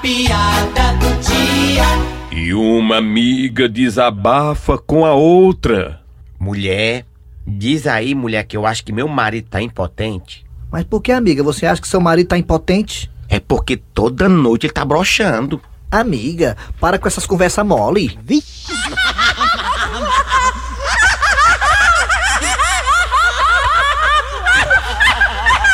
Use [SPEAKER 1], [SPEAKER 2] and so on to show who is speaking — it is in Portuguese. [SPEAKER 1] piada do dia.
[SPEAKER 2] E uma amiga desabafa com a outra.
[SPEAKER 3] Mulher, diz aí, mulher, que eu acho que meu marido tá impotente.
[SPEAKER 4] Mas por que, amiga? Você acha que seu marido tá impotente?
[SPEAKER 3] É porque toda noite ele tá broxando.
[SPEAKER 4] Amiga, para com essas conversas mole.
[SPEAKER 5] Vixe.